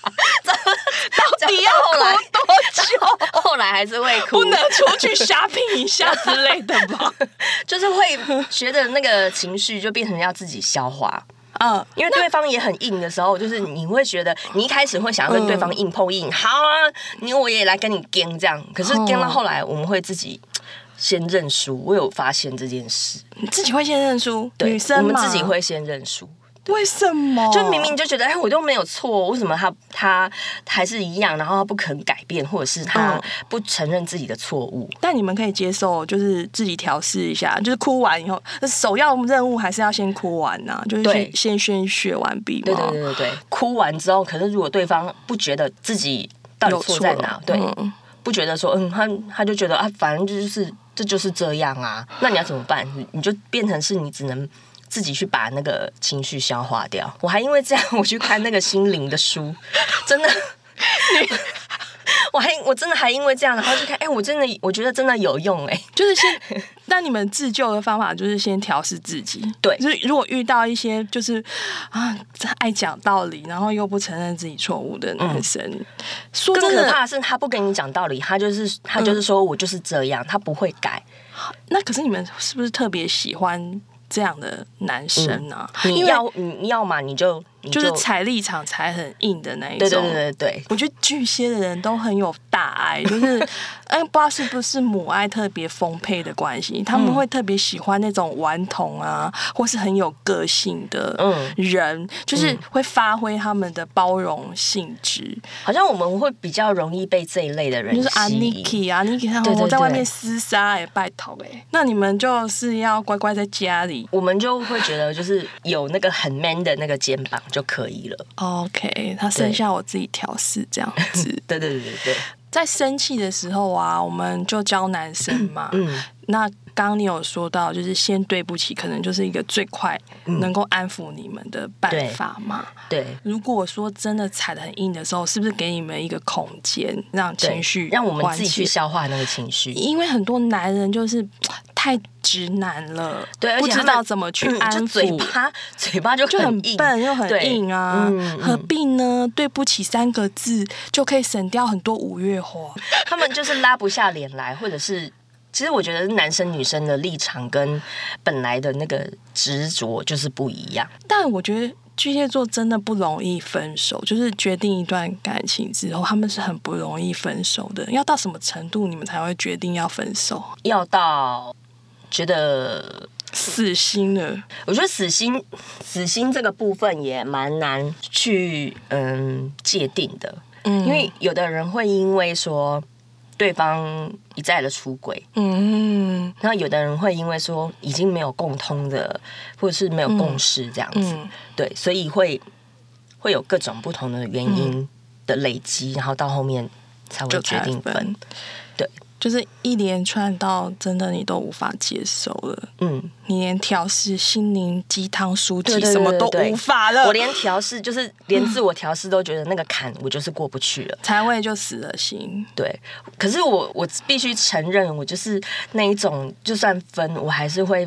Speaker 3: 到
Speaker 2: 底要哭
Speaker 3: 多久？后来还是会哭，
Speaker 2: 不能出去 shopping 一下之类的吧？
Speaker 3: 就是会觉得那个情绪就变成要自己消化。
Speaker 2: *laughs* 嗯，
Speaker 3: 因为对方也很硬的时候，就是你会觉得你一开始会想要跟对方硬碰硬，好啊，你我也来跟你跟这样。可是跟到后来，我们会自己先认输。我有发现这件事，
Speaker 2: 你自己会先认输，
Speaker 3: 对，
Speaker 2: 女生
Speaker 3: 我
Speaker 2: 嘛
Speaker 3: 们自己，会先认输。
Speaker 2: 为什么？
Speaker 3: 就明明就觉得，哎，我都没有错，为什么他他还是一样，然后他不肯改变，或者是他
Speaker 2: 嗯
Speaker 3: 不承认自己的错误？
Speaker 2: 但你们可以接受，就是自己调试一下，就是哭完以后，首要任务还是要先哭完呐、就是
Speaker 3: 对
Speaker 2: 先先宣泄完毕嘛。
Speaker 3: 对对对对对，哭完之后，可是如果对方不觉得自己到底
Speaker 2: 有
Speaker 3: 错
Speaker 2: 错
Speaker 3: 在
Speaker 2: 了
Speaker 3: 哪，对，
Speaker 2: 嗯
Speaker 3: 不觉得说，嗯，他他就觉得啊，反正就是这就是这样啊，那你要怎么办？你你就变成是你只能。自己去把那个情绪消化掉。我还因为这样，我去看那个心灵的书， *laughs* 真的，我还我真的还因为这样，然后去看，哎、我真的我觉得真的有用、哎，
Speaker 2: 就是先，那你们自救的方法就是先调试自己。
Speaker 3: 对
Speaker 2: 就是如果遇到一些就是啊爱讲道理，然后又不承认自己错误的男生，说
Speaker 3: 嗯更
Speaker 2: 真
Speaker 3: 可怕
Speaker 2: 的，
Speaker 3: 的是，他不跟你讲道理，他就是他就是说我就是这样，他不会改。
Speaker 2: 那可是你们是不是特别喜欢这样的男生啊？
Speaker 3: 嗯你
Speaker 2: *laughs* 因为
Speaker 3: 要你你要嘛你就你
Speaker 2: 就是踩立场踩很硬的那一
Speaker 3: 对对
Speaker 2: 种。
Speaker 3: 对对对，
Speaker 2: 我觉得巨蟹的人都很有大 *laughs* 爱，就是，哎，不知道是不是母爱特别丰沛的关系，他们会特别喜欢那种顽童啊，或是很有个性的
Speaker 3: 嗯，
Speaker 2: 人，就是会发挥他们的包容性质。
Speaker 3: 好像我们会比较容易被这一类的人
Speaker 2: 就是
Speaker 3: 吸引。
Speaker 2: Aniki 啊，Aniki 他
Speaker 3: 对对
Speaker 2: 我在
Speaker 3: 对
Speaker 2: 外面厮杀哎、拜托哎、那你们就是要乖乖在家里。
Speaker 3: 我们就会觉得，就是有那个很 man 的那个肩膀就可以了。。
Speaker 2: OK，他剩下我自己调试这样子
Speaker 3: 对对对对对，
Speaker 2: 在生气的时候啊，我们就教男生嘛。
Speaker 3: 嗯，
Speaker 2: 那刚刚你有说到，就是先对不起，可能就是一个最快能够安抚你们的办法嘛。
Speaker 3: 对
Speaker 2: 如果说真的踩得很硬的时候，是不是给你们一个空间，让
Speaker 3: 对，
Speaker 2: 情绪
Speaker 3: 让我们自己去
Speaker 2: 缓解
Speaker 3: 消化那个情绪。
Speaker 2: 因为很多男人就是太直男了，
Speaker 3: 对，而
Speaker 2: 不
Speaker 3: 且他
Speaker 2: 知
Speaker 3: 们
Speaker 2: 道怎么去
Speaker 3: 嗯
Speaker 2: 安
Speaker 3: 就
Speaker 2: 抚，
Speaker 3: 嘴巴嘴巴就
Speaker 2: 就很
Speaker 3: 硬，
Speaker 2: 笨又很
Speaker 3: 对
Speaker 2: 硬啊，
Speaker 3: 嗯
Speaker 2: 何
Speaker 3: 嗯
Speaker 2: 必呢？对不起三个字就可以省掉很多五月花，
Speaker 3: 他们就是拉不下脸来，或者是。其实我觉得男生女生的立场跟本来的那个执着就是不一样。
Speaker 2: 但我觉得。巨蟹座真的不容易分手，就是决定一段感情之后，他们是很不容易分手的。要到什么程度，你们才会决定要分手？
Speaker 3: 要到觉得，
Speaker 2: 死心了，
Speaker 3: 我觉得死心死心这个部分也蛮难去嗯界定的，
Speaker 2: 嗯
Speaker 3: 因为有的人会因为说对方一再的出轨，
Speaker 2: 嗯
Speaker 3: 然后有的人会因为说已经没有共通的，或者是没有共识这样子，
Speaker 2: 嗯
Speaker 3: 对，所以会会有各种不同的原
Speaker 2: 嗯
Speaker 3: 因的累积，然后到后面才会
Speaker 2: 就
Speaker 3: 决
Speaker 2: 才
Speaker 3: 定分
Speaker 2: 分。
Speaker 3: 对，
Speaker 2: 就是一连串到真的你都无法接受了，
Speaker 3: 嗯，
Speaker 2: 你连调试心灵鸡汤书籍
Speaker 3: 对对对
Speaker 2: 什么都
Speaker 3: 对对
Speaker 2: 无法了，
Speaker 3: 我连调试就是连自我调试都觉得那个坎我就是过不去了。
Speaker 2: 才会就死了心。
Speaker 3: 对，可是我我必须承认，我就是那一种，就算分，我还是会。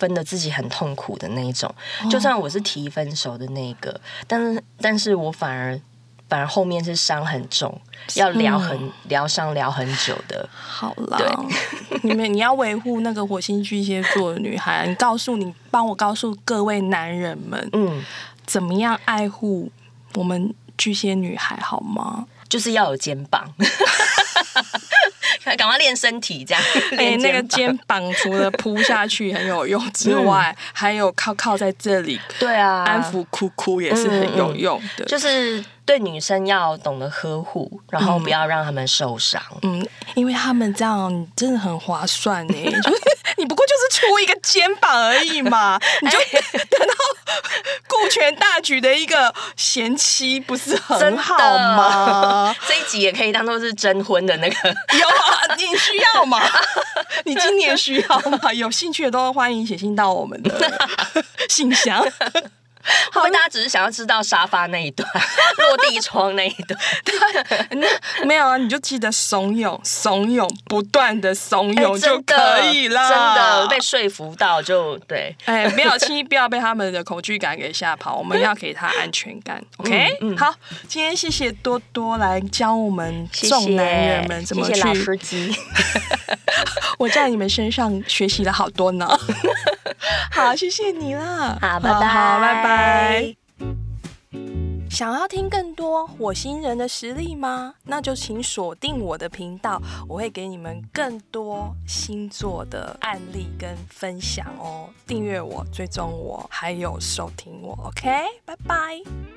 Speaker 3: 分的自己很痛苦的那一种，
Speaker 2: 哦
Speaker 3: 就算我是提分手的那一个，但是但是我反而反而后面是伤很重，要
Speaker 2: 哦
Speaker 3: 聊很疗伤聊很久的，
Speaker 2: 好啦，你们你要维护那个火星巨蟹座的女孩，啊你告诉你帮我告诉各位男人们，
Speaker 3: 嗯，
Speaker 2: 怎么样爱护我们巨蟹女孩好吗？
Speaker 3: 就是要有肩膀， *laughs* 赶赶快练身体，这样。
Speaker 2: 哎、
Speaker 3: 练
Speaker 2: 那个
Speaker 3: 膀
Speaker 2: 肩膀除了扑下去很有
Speaker 3: *laughs*
Speaker 2: 用之外，还有靠靠在这里
Speaker 3: 对啊，
Speaker 2: 安抚哭哭也是很有用的。
Speaker 3: 嗯就是对女生要懂得呵护，然后不要让她们受伤。
Speaker 2: 嗯，因为他们这样真的很划算
Speaker 3: *laughs*
Speaker 2: 呢，就是你不过就是出一个肩膀而已
Speaker 3: *laughs*
Speaker 2: 嘛，你
Speaker 3: 哎
Speaker 2: 就得到顾全大局的一个贤妻，不是很
Speaker 3: 真的
Speaker 2: 好吗？？
Speaker 3: *laughs* 这一集也可以当做是征婚的
Speaker 2: *laughs*
Speaker 3: 那个，
Speaker 2: 有啊，你需要吗？ *laughs* 你今年需要吗？ *laughs* 有兴趣的都欢迎写信到我
Speaker 3: *laughs*
Speaker 2: 们的信箱。
Speaker 3: 会不会大家只是想要知道沙发那一段、 *laughs* 落地窗那一
Speaker 2: *laughs*
Speaker 3: 段？
Speaker 2: 那没有啊，你就记得怂恿、怂恿，不断的怂恿
Speaker 3: 哎
Speaker 2: 就
Speaker 3: 真的
Speaker 2: 可以啦。
Speaker 3: 真的被说服到就对。
Speaker 2: 哎，不要轻易不要被他们的恐惧感给吓跑，我们要给他安全
Speaker 3: *laughs*
Speaker 2: 感。OK，、好，
Speaker 3: 嗯
Speaker 2: 今天谢谢多多来教我们
Speaker 3: 谢
Speaker 2: 众
Speaker 3: 谢
Speaker 2: 男人们怎么
Speaker 3: 谢
Speaker 2: 去，
Speaker 3: 谢老司机，
Speaker 2: *laughs* 我在你们身上学习了好多
Speaker 3: *laughs*
Speaker 2: 呢。好，谢谢你啦，
Speaker 3: 好，拜拜，
Speaker 2: 好拜拜。。想要听更多火星人的实力吗？那就请锁定我的频道，我会给你们更多星座的案例跟分享哦。订阅我，追踪我，还有收听我，OK？拜拜。